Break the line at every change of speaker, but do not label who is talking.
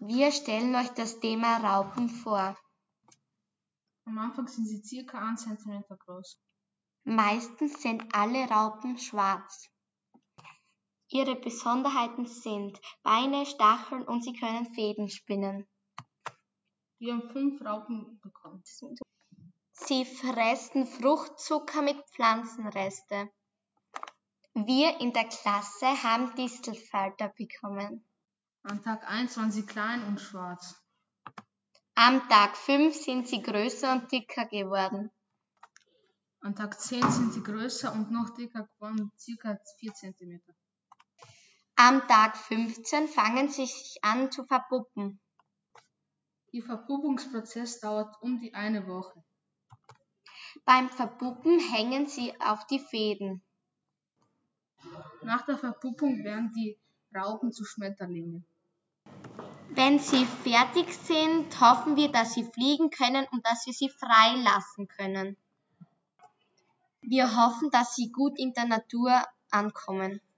Wir stellen euch das Thema Raupen vor.
Am Anfang sind sie circa 1 cm groß.
Meistens sind alle Raupen schwarz. Ihre Besonderheiten sind Beine, Stacheln und sie können Fäden spinnen.
Wir haben fünf Raupen bekommen.
Sie fressen Fruchtzucker mit Pflanzenreste. Wir in der Klasse haben Distelfalter bekommen.
An Tag 1 waren sie klein und schwarz.
Am Tag 5 sind sie größer und dicker geworden.
An Tag 10 sind sie größer und noch dicker geworden, circa 4 cm.
Am Tag 15 fangen sie sich an zu verpuppen.
Ihr Verpuppungsprozess dauert um die eine Woche.
Beim Verpuppen hängen sie auf die Fäden.
Nach der Verpuppung werden die Raupen zu Schmetterlingen.
Wenn sie fertig sind, hoffen wir, dass sie fliegen können und dass wir sie frei lassen können. Wir hoffen, dass sie gut in der Natur ankommen.